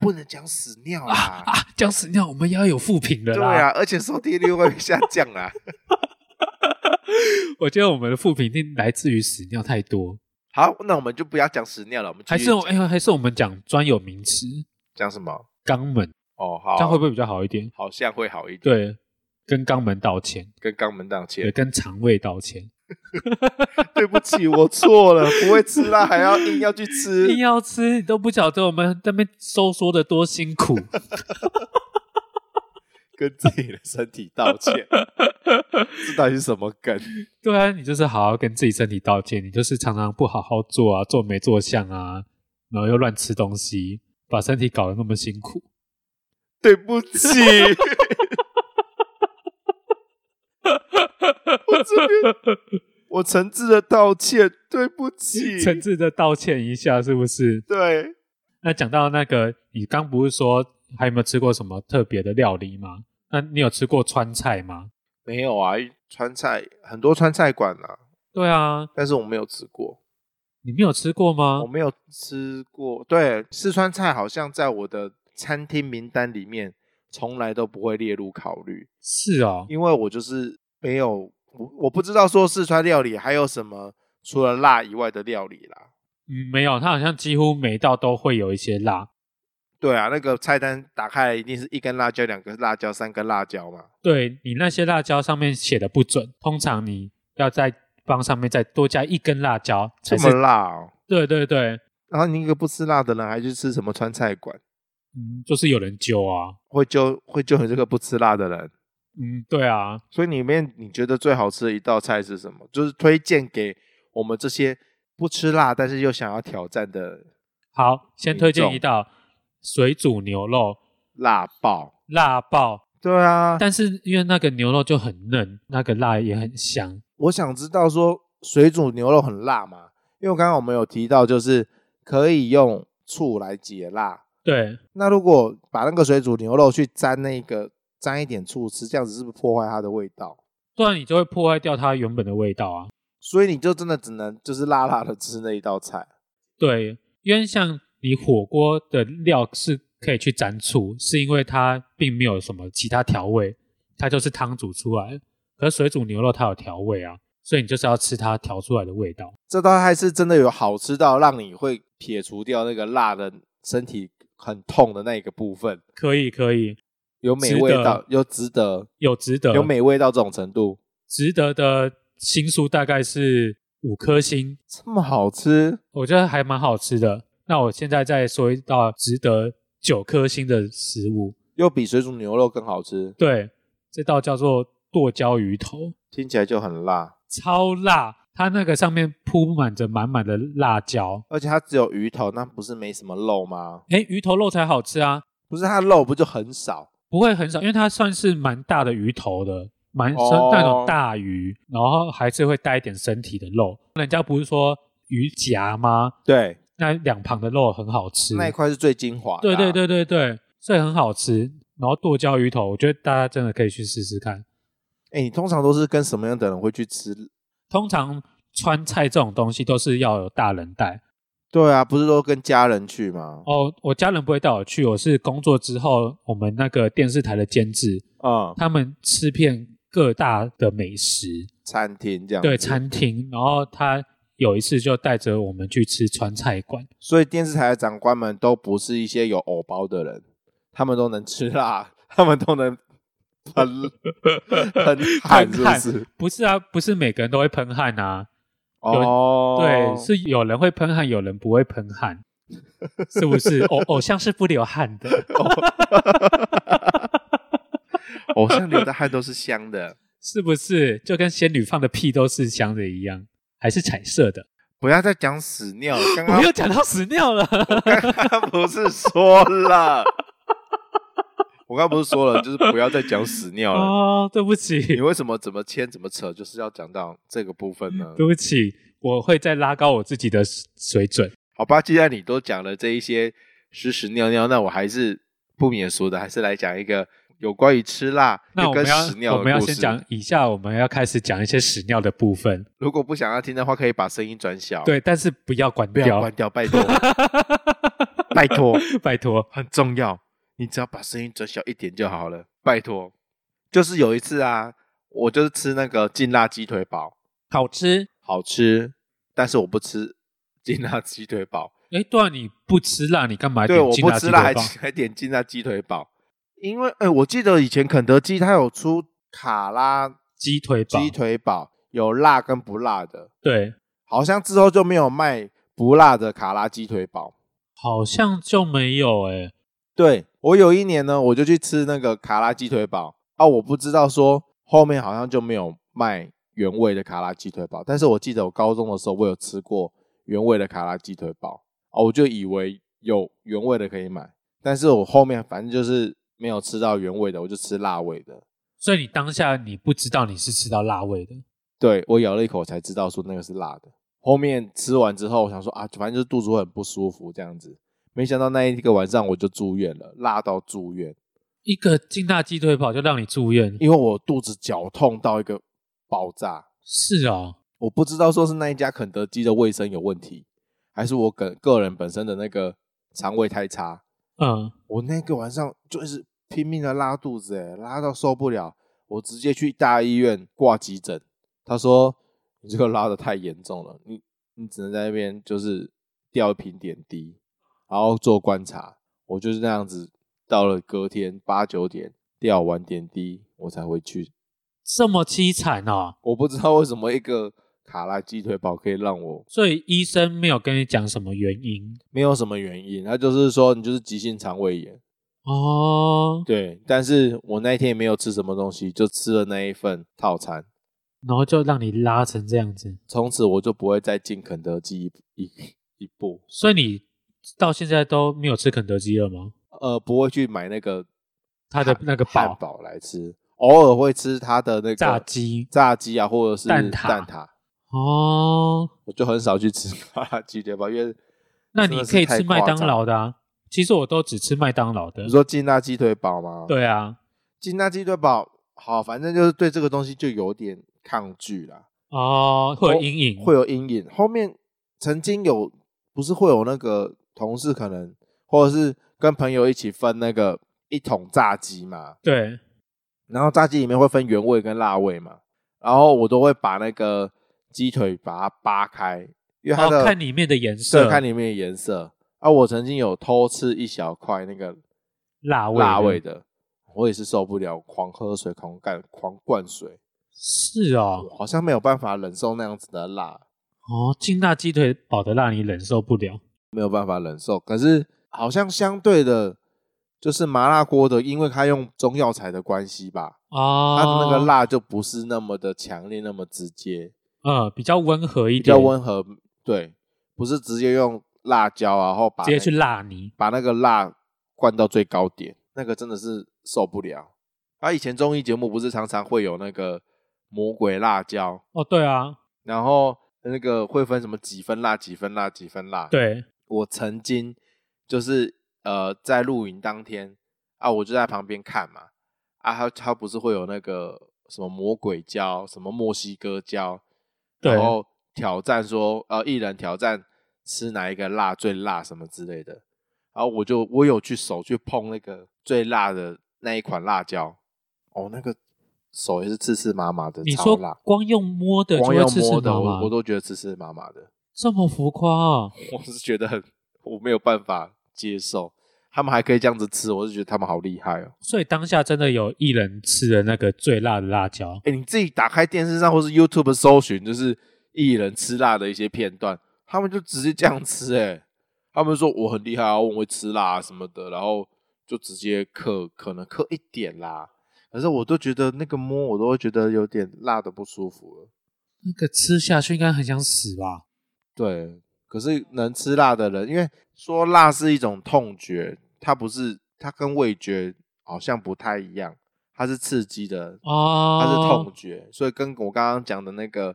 B: 不能讲屎尿啦。
A: 啊，僵尸尿我们要有负评的
B: 对
A: 啦。
B: 啊，而且收听率会下降啦。
A: 我觉得我们的负评一定来自于屎尿太多，
B: 好，那我们就不要讲屎尿了，我们继
A: 还
B: 续
A: 是我
B: 讲
A: 哎、还是我们讲专有名词
B: 讲什么？
A: 肛门，
B: 哦，
A: 这样会
B: 好，
A: 不会比较好一点？
B: 好像会好一点，
A: 对，跟肛门道歉，
B: 跟肛门道
A: 对，
B: 歉。
A: 跟肠胃道歉，
B: 对不起，我错了，不会吃辣还要硬要去吃
A: 硬要吃你都不晓得我们那边收缩的多辛苦。
B: 跟自己的身体道歉，这到底是什么梗？
A: 对啊，你就是好好跟自己身体道歉，你就是常常不好好做啊，做没做相啊，然后又乱吃东西，把身体搞得那么辛苦。
B: 对不起，我这边我诚挚的道歉，对不起，
A: 诚挚的道歉一下，是不是？
B: 对，
A: 那讲到那个，你刚不是说还有没有吃过什么特别的料理吗？那你有吃过川菜吗？
B: 没有啊，川菜很多川菜馆啊，
A: 对啊，
B: 但是我没有吃过，
A: 你没有吃过吗
B: 我？没有吃过，对，四川菜好像在我的餐厅名单里面从来都不会列入考虑，
A: 是哦，
B: 因为我就是没有我我不知道说四川料理还有什么除了辣以外的料理啦。
A: 嗯，没有，它好像几乎每一道都会有一些辣。
B: 对啊，那个菜单打开来一定是一根辣椒、两根辣椒、三根辣椒嘛。
A: 对你那些辣椒上面写的不准，通常你要再帮上面再多加一根辣椒才
B: 这
A: 是
B: 么。辣哦！
A: 对对对，
B: 然后你一个不吃辣的人还去吃什么川菜馆，
A: 嗯，就是有人揪啊。
B: 会揪会揪你这个不吃辣的人。
A: 嗯，对啊，
B: 所以里面你觉得最好吃的一道菜是什么？就是推荐给我们这些不吃辣但是又想要挑战的
A: 好，先推
B: 民
A: 荐
B: 众
A: 一道水煮牛肉
B: 辣爆。
A: 辣爆，
B: 对啊，
A: 但是因为那个牛肉就很嫩，那个辣也很香。
B: 我想知道说水煮牛肉很辣吗？因为刚刚我们有提到，就是可以用醋来解辣。
A: 对，
B: 那如果把那个水煮牛肉去沾那个沾一点醋吃，这样子是不是破坏它的味道？
A: 不然你就会破坏掉它原本的味道啊。
B: 所以你就真的只能就是辣辣的吃那一道菜。
A: 对，因为像你火锅的料是可以去沾醋，是因为它并没有什么其他调味，它就是汤煮出来。可是水煮牛肉它有调味啊，所以你就是要吃它调出来的味道。
B: 这道菜是真的有好吃到让你会撇除掉那个辣的身体很痛的那一个部分，
A: 可以，可以，
B: 有美
A: 值
B: 味
A: 得
B: 道，有值得，
A: 有值得，
B: 有美味到这种程度，
A: 值得的星数大概是五颗星，
B: 这么好吃，
A: 我觉得还蛮好吃的。那我现在再说一道值得九颗星的食物，
B: 又比水煮牛肉更好吃，
A: 对，这道叫做剁椒鱼头，
B: 听起来就很辣，
A: 超辣，它那个上面铺满着满满的辣椒。
B: 而且它只有鱼头，那不是没什么肉吗？
A: 诶，鱼头肉才好吃啊，
B: 不是它肉不就很少？
A: 不会很少，因为它算是蛮大的鱼头的，蛮
B: 哦
A: 算那种大鱼，然后还是会带一点身体的肉。人家不是说鱼夹吗？
B: 对，
A: 那两旁的肉很好吃，
B: 那一块是最精华的
A: 对
B: 啊、
A: 对对对对，所以很好吃。然后剁椒鱼头，我觉得大家真的可以去试试看。
B: 哎、你通常都是跟什么样的人会去吃？
A: 通常川菜这种东西都是要有大人带
B: 对啊，不是都跟家人去吗？
A: 哦。我家人不会带我去，我是工作之后，我们那个电视台的监制
B: 嗯，
A: 他们吃遍各大的美食，
B: 餐厅这样
A: 对
B: 子
A: 餐厅，然后他有一次就带着我们去吃川菜馆，
B: 所以电视台的长官们都不是一些有偶包的人，他们都能吃辣，他们都能 很很
A: 喷
B: 喊，是不
A: 汗
B: 是？
A: 不是啊，不是每个人都会喷汗啊，
B: 哦，
A: 对，是有人会喷汗，有人不会喷 汗，是不是？偶偶像是不流汗 的，
B: 偶像流的汗都是香的，
A: 是不是？就跟仙女放的屁都是香的一样，还是彩色的？
B: 不要再讲屎尿了， 刚刚
A: 我又讲到屎尿了，
B: 刚刚 不是说了， 我刚刚不是说了，就是不要再讲屎尿了。
A: 哦，对不起，
B: 你为什么怎么牵怎么扯，就是要讲到这个部分呢？
A: 对不起，我会再拉高我自己的水准。
B: 好吧，既然你都讲了这一些屎屎尿尿，那我还是不免俗的，还是来讲一个有关于吃辣
A: 那
B: 又
A: 我
B: 跟
A: 们
B: 屎
A: 要
B: 尿
A: 我们
B: 的
A: 要
B: 故
A: 先
B: 事。
A: 讲，以下我们要开始讲一些屎尿的部分，
B: 如果不想要听的话，可以把声音转小，，
A: 对，但是不要关
B: 不要
A: 掉
B: 关，掉，拜托，拜托，
A: 拜托，
B: 很重要，你只要把声音转小一点就好了，拜托。就是有一次啊，我就是吃那个劲辣鸡腿堡，
A: 好吃。
B: 好吃，但是我不吃 劲辣鸡腿堡，
A: 哎，对啊，你不吃辣，你干嘛
B: 对，
A: 点
B: 我
A: 劲
B: 不
A: 辣
B: 吃
A: 鸡
B: 辣
A: 腿
B: 还
A: 堡
B: 还点进那鸡腿堡，因为哎、我记得以前肯德基它有出卡拉
A: 鸡腿堡，
B: 鸡腿堡，有辣跟不辣的，
A: 对，
B: 好像之后就没有卖不辣的卡拉鸡腿堡。
A: 好像就没有哎、
B: 对我有一年呢，我就去吃那个卡拉鸡腿堡啊，我不知道说后面好像就没有卖原味的卡拉鸡腿堡，但是我记得我高中的时候我有吃过原味的卡拉鸡腿堡啊，我就以为有原味的可以买，但是我后面反正就是没有吃到原味的，我就吃辣味的。
A: 所以你当下你不知道你是吃到辣味的，
B: 对我咬了一口才知道说那个是辣的。后面吃完之后，我想说啊，反正就是肚子会很不舒服这样子。没想到那一个晚上我就住院了，辣到住院。
A: 一个劲辣鸡腿堡就让你住院，
B: 因为我肚子绞痛到一个爆炸，
A: 是哦，
B: 我不知道说是那一家肯德基的卫生有问题，还是我个个人本身的那个肠胃太差。
A: 嗯，
B: 我那个晚上就是拼命的拉肚子、欸，拉到受不了，我直接去大医院挂急诊。他说你这个拉的太严重了，你你只能在那边就是吊一瓶点滴，然后做观察。我就是那样子，到了隔天八九点吊完点滴，我才回去
A: 这么凄惨哦，
B: 我不知道为什么一个卡拉鸡腿堡可以让我
A: 所以医生没有跟你讲什么原因
B: 没有什么原因，他就是说你就是急性肠胃炎。
A: 哦，
B: 对，但是我那一天也没有吃什么东西，就吃了那一份套餐。
A: 然后就让你拉成这样子，
B: 从此我就不会再进肯德基一一一步，
A: 所以你到现在都没有吃肯德基了吗？
B: 呃，不会去买那个
A: 它的
B: 汉
A: 那个
B: 汉
A: 堡
B: 堡来吃，偶尔会吃它的那个
A: 炸鸡
B: 炸鸡啊，或者是
A: 蛋挞
B: 蛋挞，
A: 哦，
B: 我就很少去吃 卡拉鸡腿堡，因为
A: 那
B: 真
A: 你
B: 的是
A: 可以
B: 太
A: 吃麦
B: 夸
A: 当
B: 张
A: 劳的啊，其实我都只吃麦当劳的
B: 你，说劲辣鸡腿堡吗？
A: 对啊，
B: 金大鸡腿堡好，反正就是对这个东西就有点抗拒啦。
A: 哦，会有阴影，
B: 会有阴影。后面曾经有不是会有那个同事可能，或者是跟朋友一起分那个一桶炸鸡嘛，
A: 对，
B: 然后炸鸡里面会分原味跟辣味嘛，然后我都会把那个鸡腿把它扒开，因为它的、
A: 哦，看里面的颜
B: 对
A: 色，
B: 看里面的颜色。啊，我曾经有偷吃一小块那个
A: 辣味，
B: 辣味，的，我也是受不了，狂喝水、狂干、狂灌水，
A: 是哦，
B: 好像没有办法忍受那样子的辣，
A: 哦，劲辣鸡腿堡的辣你忍受不了，
B: 没有办法忍受。可是好像相对的，就是麻辣锅的，因为它用中药材的关系吧，
A: 哦，
B: 它的那个，辣就不是那么的强烈，那么直接，
A: 嗯，比较温和一
B: 比较
A: 点，
B: 温和。对，不是直接用辣椒啊，然后把
A: 直接
B: 那
A: 去辣你，
B: 把那个辣灌到最高点，那个真的是受不了。啊，以前综艺节目不是常常会有那个魔鬼辣椒，
A: 哦，对啊，
B: 然后那个会分什么几分辣、几分辣、几分辣。，
A: 对，
B: 我曾经就是呃在露营当天啊，我就在旁边看嘛，啊，它它不是会有那个什么魔鬼椒、什么墨西哥椒，
A: 对
B: 然后挑战说呃一人挑战吃哪一个辣最辣什么之类的，然后我就我有去手去碰那个最辣的那一款辣椒，哦，那个手也是刺刺麻麻的，
A: 你
B: 超
A: 说
B: 辣。
A: 光用摸的就
B: 光
A: 会
B: 要
A: 刺
B: 摸
A: 刺
B: 的，
A: 挠
B: 我我
A: 吗？
B: 都觉得刺刺麻麻的，
A: 这么浮夸哦，
B: 我是觉得很我没有办法接受。他们还可以这样子吃，我是觉得他们好厉害哦！
A: 所以当下真的有艺人吃了那个最辣的辣椒，
B: 哎，你自己打开电视上或是 YouTube 搜寻，就是艺人吃辣的一些片段，他们就直接这样吃哎。他们说我很厉害啊，我会吃辣、啊、什么的，然后就直接刻，可能刻一点啦。可是我都觉得那个摸，我都会觉得有点辣的不舒服了。
A: 那个吃下去应该很想死吧？
B: 对，可是能吃辣的人，因为说辣是一种痛觉，它不是，它跟味觉好像不太一样，它是刺激的，
A: 哦，
B: 它是痛觉，所以跟我刚刚讲的那个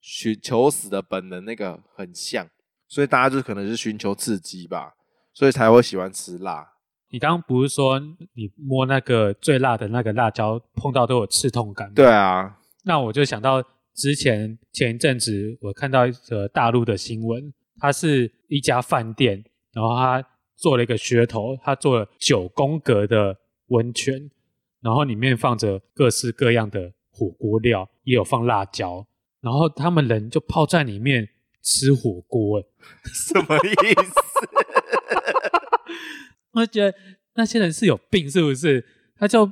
B: 寻求死的本能那个很像，所以大家就可能是寻求刺激吧，所以才会喜欢吃辣。
A: 你刚刚不是说你摸那个最辣的那个辣椒碰到都有刺痛感吗？
B: 对，啊，
A: 那我就想到之前前一阵子我看到一则大陆的新闻，它是一家饭店，然后它做了一个噱头，它做了九宫格的温泉，然后里面放着各式各样的火锅料，也有放辣椒，然后他们人就泡在里面吃火锅、欸，
B: 什么意思？
A: 我就觉得那些人是有病，是不是？他就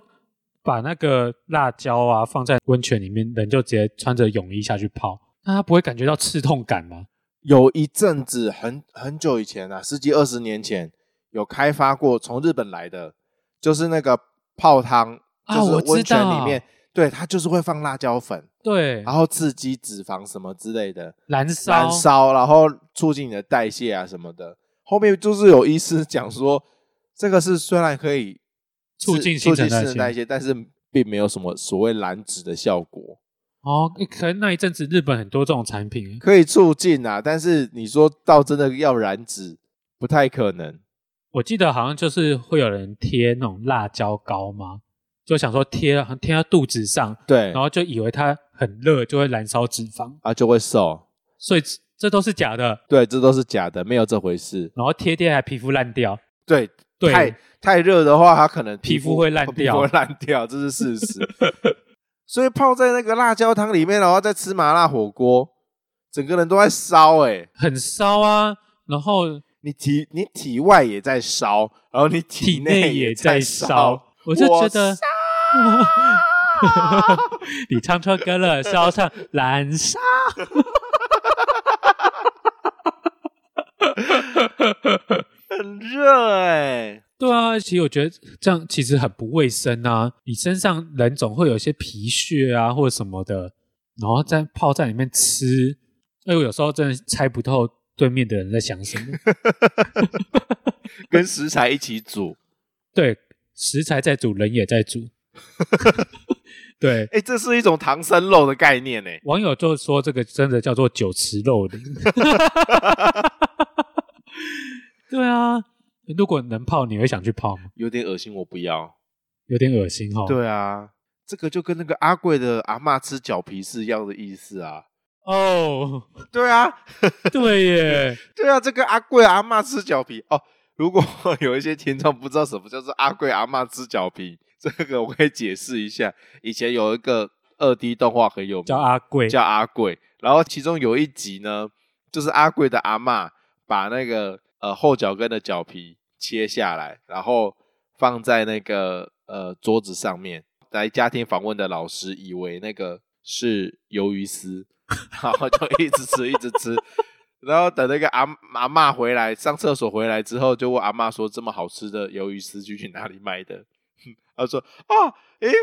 A: 把那个辣椒啊放在温泉里面，人就直接穿着泳衣下去泡，那他不会感觉到刺痛感吗？
B: 有一阵子很很久以前啊，十几二十年前有开发过从日本来的，就是那个泡汤，
A: 啊
B: 就
A: 我
B: 是
A: 知
B: 温泉里面，
A: 道
B: 对，它就是会放辣椒粉，
A: 对，
B: 然后刺激脂肪什么之类的，
A: 啊燃烧，
B: 燃烧，然后促进你的代谢啊什么的。后面就是有医师讲说，这个是虽然可以
A: 促
B: 是
A: 进
B: 促
A: 新陈
B: 进新
A: 代
B: 陈代
A: 谢。
B: 谢，但是并没有什么所谓燃脂的效果。
A: 哦，可能那一阵子日本很多这种产品，
B: 可以促进啊，但是你说到真的要燃脂，不太可能。
A: 我记得好像就是会有人贴那种辣椒膏嘛，就想说贴了贴到肚子上，
B: 对
A: 然，后就以为它很热就会燃烧脂肪，
B: 啊就会瘦。
A: 所以这这都是假的。
B: 对，这都是假的，没有这回事。
A: 然后贴贴还皮肤烂掉，
B: 对，
A: 对，
B: 太太热的话，它可能
A: 皮肤会烂
B: 皮肤
A: 掉
B: 会烂掉，这是事实。 所以泡在那个辣椒汤里面，然后再吃麻辣火锅，整个人都在烧哎、
A: 很烧啊，然后
B: 你体你体外也在烧，然后你
A: 体
B: 内
A: 内也
B: 在
A: 在
B: 烧
A: 烧，，我就觉得
B: 我 烧，
A: 你唱错歌了，烧上燃 烧。
B: 很热哎、
A: 对啊，其实我觉得这样其实很不卫生啊。你身上人总会有一些皮屑啊，或者什么的，然后再泡在里面吃。哎，我有时候真的猜不透对面的人在想 什么。
B: 跟食材一起煮，
A: 对，食材在煮，人也在 煮。对，
B: 哎、这是一种唐僧肉的概念哎、
A: 网友就说这个真的叫做酒池肉林。对啊，如果能泡，你会想去泡吗？
B: 有点恶心，我不要。
A: 有点恶心哈。，哦
B: 对啊，这个就跟那个阿贵的阿嬷吃脚皮是一样的意思啊。
A: 哦，
B: 对啊，
A: 对耶，
B: 对啊，这个阿贵阿嬷吃脚皮哦。如果有一些听众不知道什么叫做阿贵阿嬷吃脚皮，这个我可以解释一下。以前有一个二 D 动画很有名，
A: 叫阿贵，
B: 叫阿贵。然后其中有一集呢，就是阿贵的阿嬷把那个呃后脚跟的脚皮切下来，然后放在那个呃桌子上面。来家庭访问的老师以为那个是鱿鱼丝，然后就一直吃一直吃。然后等那个阿阿嬷回来上厕所回来之后，就问阿嬷说：“这么好吃的鱿鱼丝去去哪里买的？” 他说：“哦，诶、诶，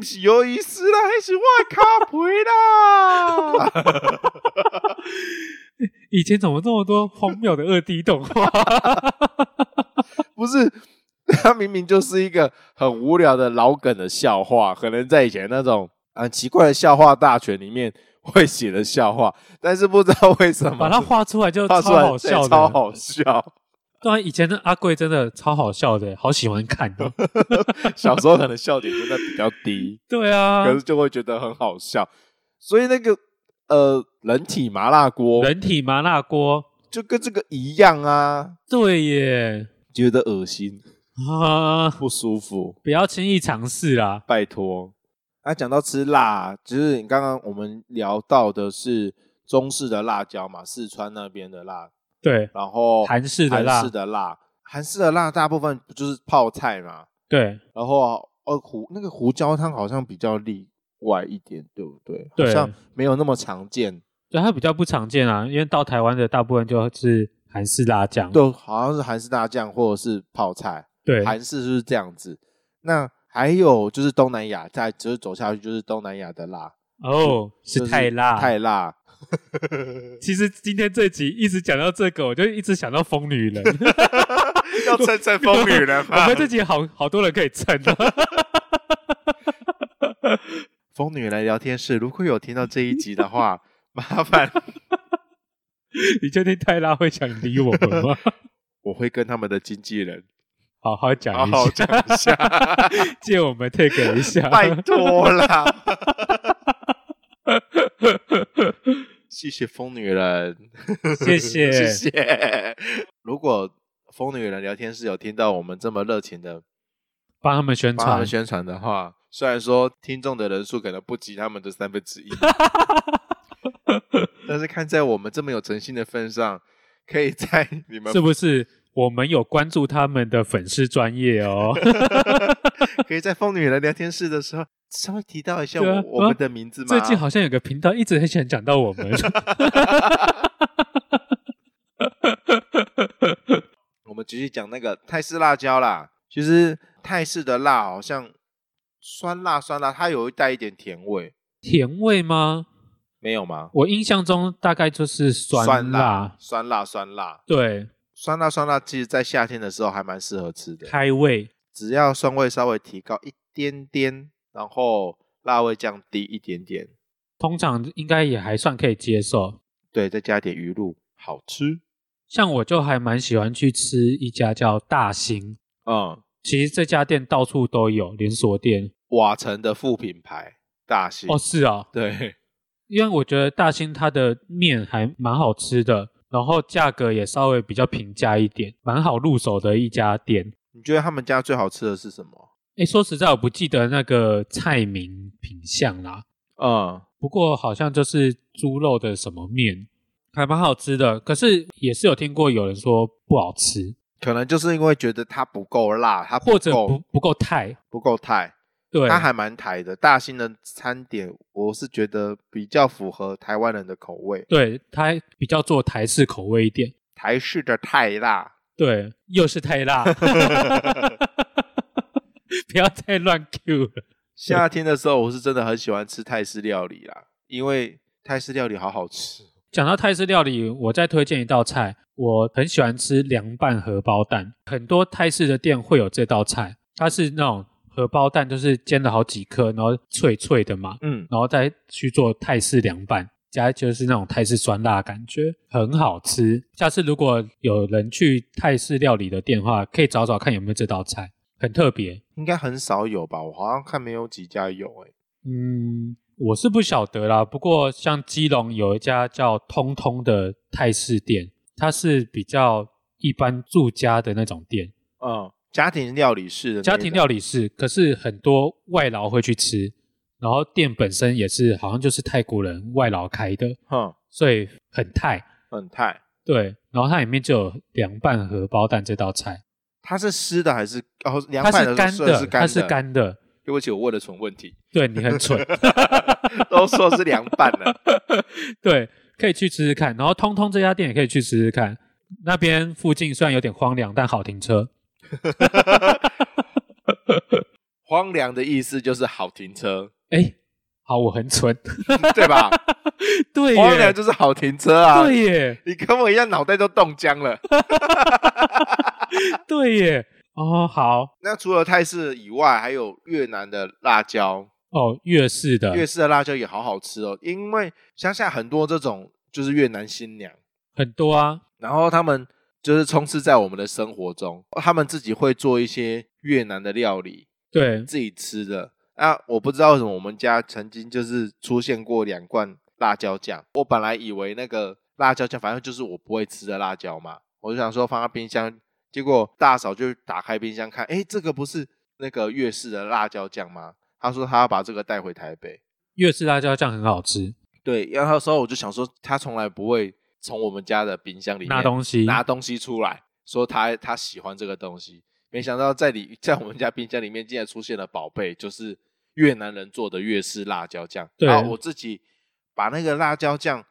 B: 不是鱿鱼丝啦，那是我的卡皮 啦。”啊
A: 以前怎么这么多荒谬的二 D 动 画？
B: 不是， 他明明就是一个很无聊的老梗的笑话，可能在以前那种很奇怪的笑话大全里面会写的笑话，但是不知道为什么
A: 把它画出来就超
B: 画出来
A: 好
B: 对
A: 笑的，
B: 超好笑。
A: 对啊，以前的阿贵真的超好笑的，好喜欢看 哦。
B: 小时候可能笑点真的比较低，
A: 对啊
B: 可，是就会觉得很好笑。所以那个呃，人体麻辣锅
A: 人体麻辣锅，
B: 就跟这个一样啊，
A: 对耶，
B: 觉得恶心
A: 啊，
B: 不舒服。
A: 不要轻易尝试啦。
B: 拜托。啊，讲到吃辣，就是你刚刚我们聊到的是中式的辣椒嘛，四川那边的辣，
A: 对，
B: 然后
A: 韩式的辣
B: 韩式的辣，韩式的辣大部分不就是泡菜嘛，
A: 对，
B: 然后呃胡那个胡椒汤好像比较例外一点，对不对？
A: 对
B: 好像没有那么常见，
A: 对，它比较不常见啊，因为到台湾的大部分就是韩式辣酱。
B: 都好像是韩式辣酱或者是泡菜，
A: 对，
B: 韩式就是这样子。那还有就是东南亚，再就是走下去就是东南亚的辣，
A: 哦，是
B: 就是
A: 太辣。
B: 太辣，
A: 其实今天这集一直讲到这个，我就一直想到疯女 人。
B: 要蹭蹭风雨人
A: 我们这集好好多人可以蹭啊。
B: 疯女人聊天室，如果有听到这一集的话， 麻烦
A: 你确定太辣会想理我们吗？
B: 我会跟他们的经纪人
A: 好好讲
B: 好
A: 一
B: 好
A: 下，
B: 讲一下，
A: 借我们 take 一下。
B: 拜托啦，谢谢疯女人，
A: 谢谢
B: 谢谢。如果疯女人聊天室有听到我们这么热情的
A: 帮他们宣
B: 帮他
A: 传
B: 们。宣传的话，虽然说听众的人数可能不及他们的三分 之一，但是看在我们这么有诚信的份上，可以在你们
A: 是不是？我们有关注他们的粉丝专业 哦，
B: 可以在疯女人聊天室的时候稍微提到一下我,、
A: 对啊
B: 我们的名字吗？
A: 最近好像有个频道一直很想讲到 我们，
B: 我们继续讲那个泰式辣椒啦。其实泰式的辣好像酸辣酸辣，它有带一点甜味，
A: 甜味吗？
B: 没有吗？
A: 我印象中大概就是酸
B: 酸辣、酸辣、酸辣、
A: 对，
B: 酸辣、酸辣，其实在夏天的时候还蛮适合吃的。
A: 开胃，
B: 只要酸味稍微提高一点点，然后辣味降低一点点，
A: 通常应该也还算可以接受。
B: 对，再加一点鱼露，好吃。
A: 像我就还蛮喜欢去吃一家叫大兴，
B: 嗯，
A: 其实这家店到处都有连锁店
B: 瓦城的副品牌大型
A: 哦，是啊、
B: 对，
A: 因为我觉得大兴它的面还蛮好吃的，然后价格也稍微比较平价一点，蛮好入手的一家店。
B: 你觉得他们家最好吃的是什么？
A: 诶，说实在，我不记得那个菜名品相啦，
B: 嗯，
A: 不过好像就是猪肉的什么面，还蛮好吃的。可是也是有听过有人说不好吃，
B: 可能就是因为觉得它不够辣，它
A: 或
B: 不
A: 者不
B: 够
A: 不够太
B: 不够泰，
A: 对，
B: 它还蛮台的。大兴的餐点，我是觉得比较符合台湾人的口味，
A: 对它比较做台式口味一点，
B: 台式的太辣。
A: 对，又是太 辣，不要再乱 Q 了。
B: 夏天的时候，我是真的很喜欢吃泰式料理啦，因为泰式料理好好吃。哦
A: 讲到泰式料理，我再推荐一道菜，我很喜欢吃凉拌荷包蛋。很多泰式的店会有这道菜，它是那种荷包蛋，就是煎了好几颗，然后脆脆的嘛，
B: 嗯，
A: 然后再去做泰式凉拌，加就是那种泰式酸辣的感觉，很好吃。下次如果有人去泰式料理的店的话，可以找找看有没有这道菜，很特别。
B: 欸应该很少有吧？我好像看没有几家有诶、
A: 嗯，我是不晓得啦，不过像基隆有一家叫通通的泰式店，它是比较一般住家的那种店，
B: 嗯，家庭料理式的那
A: 家庭
B: 种
A: 料理是，可是很多外劳会去吃，然后店本身也是好像就是泰国人外劳开的，
B: 哼，
A: 所以很泰。
B: 很泰。
A: 对，然后它里面就有凉拌荷包蛋这道菜，
B: 它是湿的还是哦？凉
A: 它
B: 拌
A: 是
B: 的
A: 干
B: 时候
A: 的，
B: 是
A: 它
B: 干
A: 是干的。
B: 对不起，我问了蠢问题，
A: 对你很蠢，
B: 都说是凉拌 的。
A: 对，可以去吃吃看。然后通通这家店也可以去吃吃看，那边附近虽然有点荒凉，但好停车。
B: 荒凉的意思就是好停车，
A: 哎，好，我很蠢，
B: 对吧？
A: 对
B: 荒凉
A: 耶，
B: 就是好停车啊！
A: 对耶，
B: 你跟我一样，脑袋都冻 僵了。
A: 对耶。哦，好，
B: 那除了泰式以外，还有越南的辣椒，
A: 哦，粤式的
B: 越式的辣椒也好好吃哦。因为乡下很多这种就是越南新娘，
A: 很多啊，
B: 然后他们就是充斥在我们的生活中，他们自己会做一些越南的料理，
A: 对，
B: 自己吃的。那我不知道为什么我们家曾经就是出现过两罐辣椒酱，我本来以为那个辣椒酱反正就是我不会吃的辣椒嘛，我就想说放在冰箱，结果大嫂就打开冰箱看，哎，这个不是那个粤式的辣椒酱吗？她说她要把这个带回台北。
A: 粤式辣椒酱很好吃，
B: 对，然后那时候我就想说，她从来不会从我们家的冰箱里面
A: 拿东西，
B: 拿东西出来，说他他喜欢这个东西。没想到在里在我们家冰箱里面竟然出现了宝贝，就是越南人做的粤式辣椒酱。
A: 对
B: 然后我自己把那个辣椒酱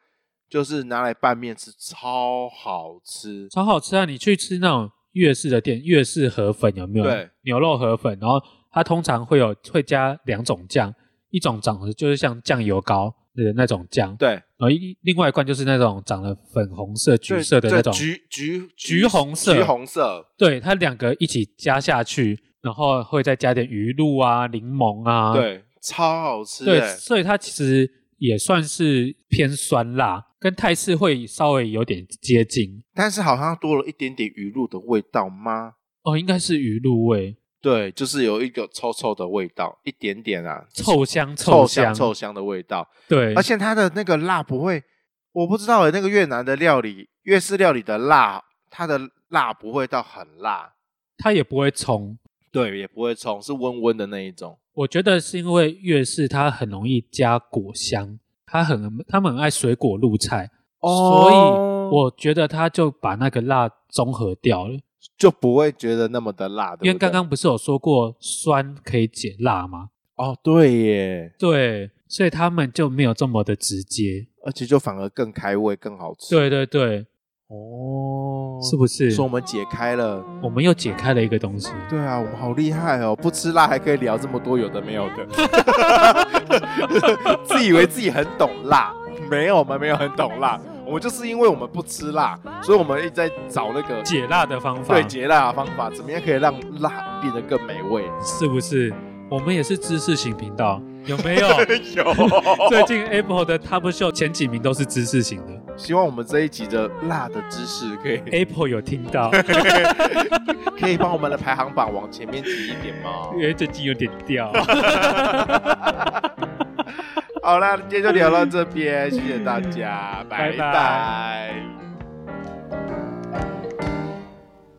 B: 就是拿来拌面吃，超好吃。
A: 超好吃啊！你去吃那种粤式的店，粤式河粉有没有？
B: 对，
A: 牛肉河粉，然后它通常会有会加两种酱，一种长得就是像酱油膏的那种酱，
B: 对，
A: 然后一另外一罐就是那种长得粉红色、橘
B: 对
A: 色的
B: 对
A: 那种，
B: 橘橘
A: 橘红色
B: 橘红色，
A: 对，它两个一起加下去，然后会再加点鱼露啊、柠檬啊，
B: 对，超好吃
A: 对，
B: 欸。
A: 所以它其实也算是偏酸辣，跟泰式会稍微有点接近
B: 但是好像多了一点点鱼露的味道吗？
A: 哦，应该是鱼露味，
B: 对，就是有一个臭臭的味道，一点点啊，
A: 臭香
B: 臭
A: 香
B: 臭香的味道。
A: 对，
B: 而且它的那个辣不会，我不知道欸那个越南的料理，粤式料理的辣，它的辣不会到很辣，
A: 它也不会冲。
B: 对，也不会冲，是温温的那一种。
A: 我觉得是因为粤式它很容易加果香，它很他们很爱水果露菜，
B: 哦
A: 所以我觉得它就把那个辣综合掉了。
B: 就不会觉得那么的辣，对不对
A: 因为刚刚不是有说过酸可以解辣吗？
B: 哦，对耶，
A: 对，所以他们就没有这么的直接。
B: 而且就反而更开胃，更好吃。，
A: 对对对，
B: 哦，
A: 是不是？
B: 说我们解开了？
A: 我们又解开了一个东西。
B: 对啊，我们好厉害哦！不吃辣还可以聊这么多有的没有 的，自以为自己很懂辣，没有，我们没有很懂辣，我们就是因为我们不吃辣，所以我们一直在找那个
A: 解辣的方法
B: 对解辣的方法，怎么样可以让辣变得更美味？
A: 是不是？我们也是知识型频道，有没有？
B: 有，
A: 最近 Apple 的 Top Show 前几名都是知识型的
B: 希望我们这一集的辣的知识可以
A: ，Apple 有听到，
B: 可以帮我们的排行榜往前面挤一点 吗？
A: 因为最近有点掉。
B: 好啦，今天就聊到这边，谢谢大家，
A: 拜拜
B: 拜拜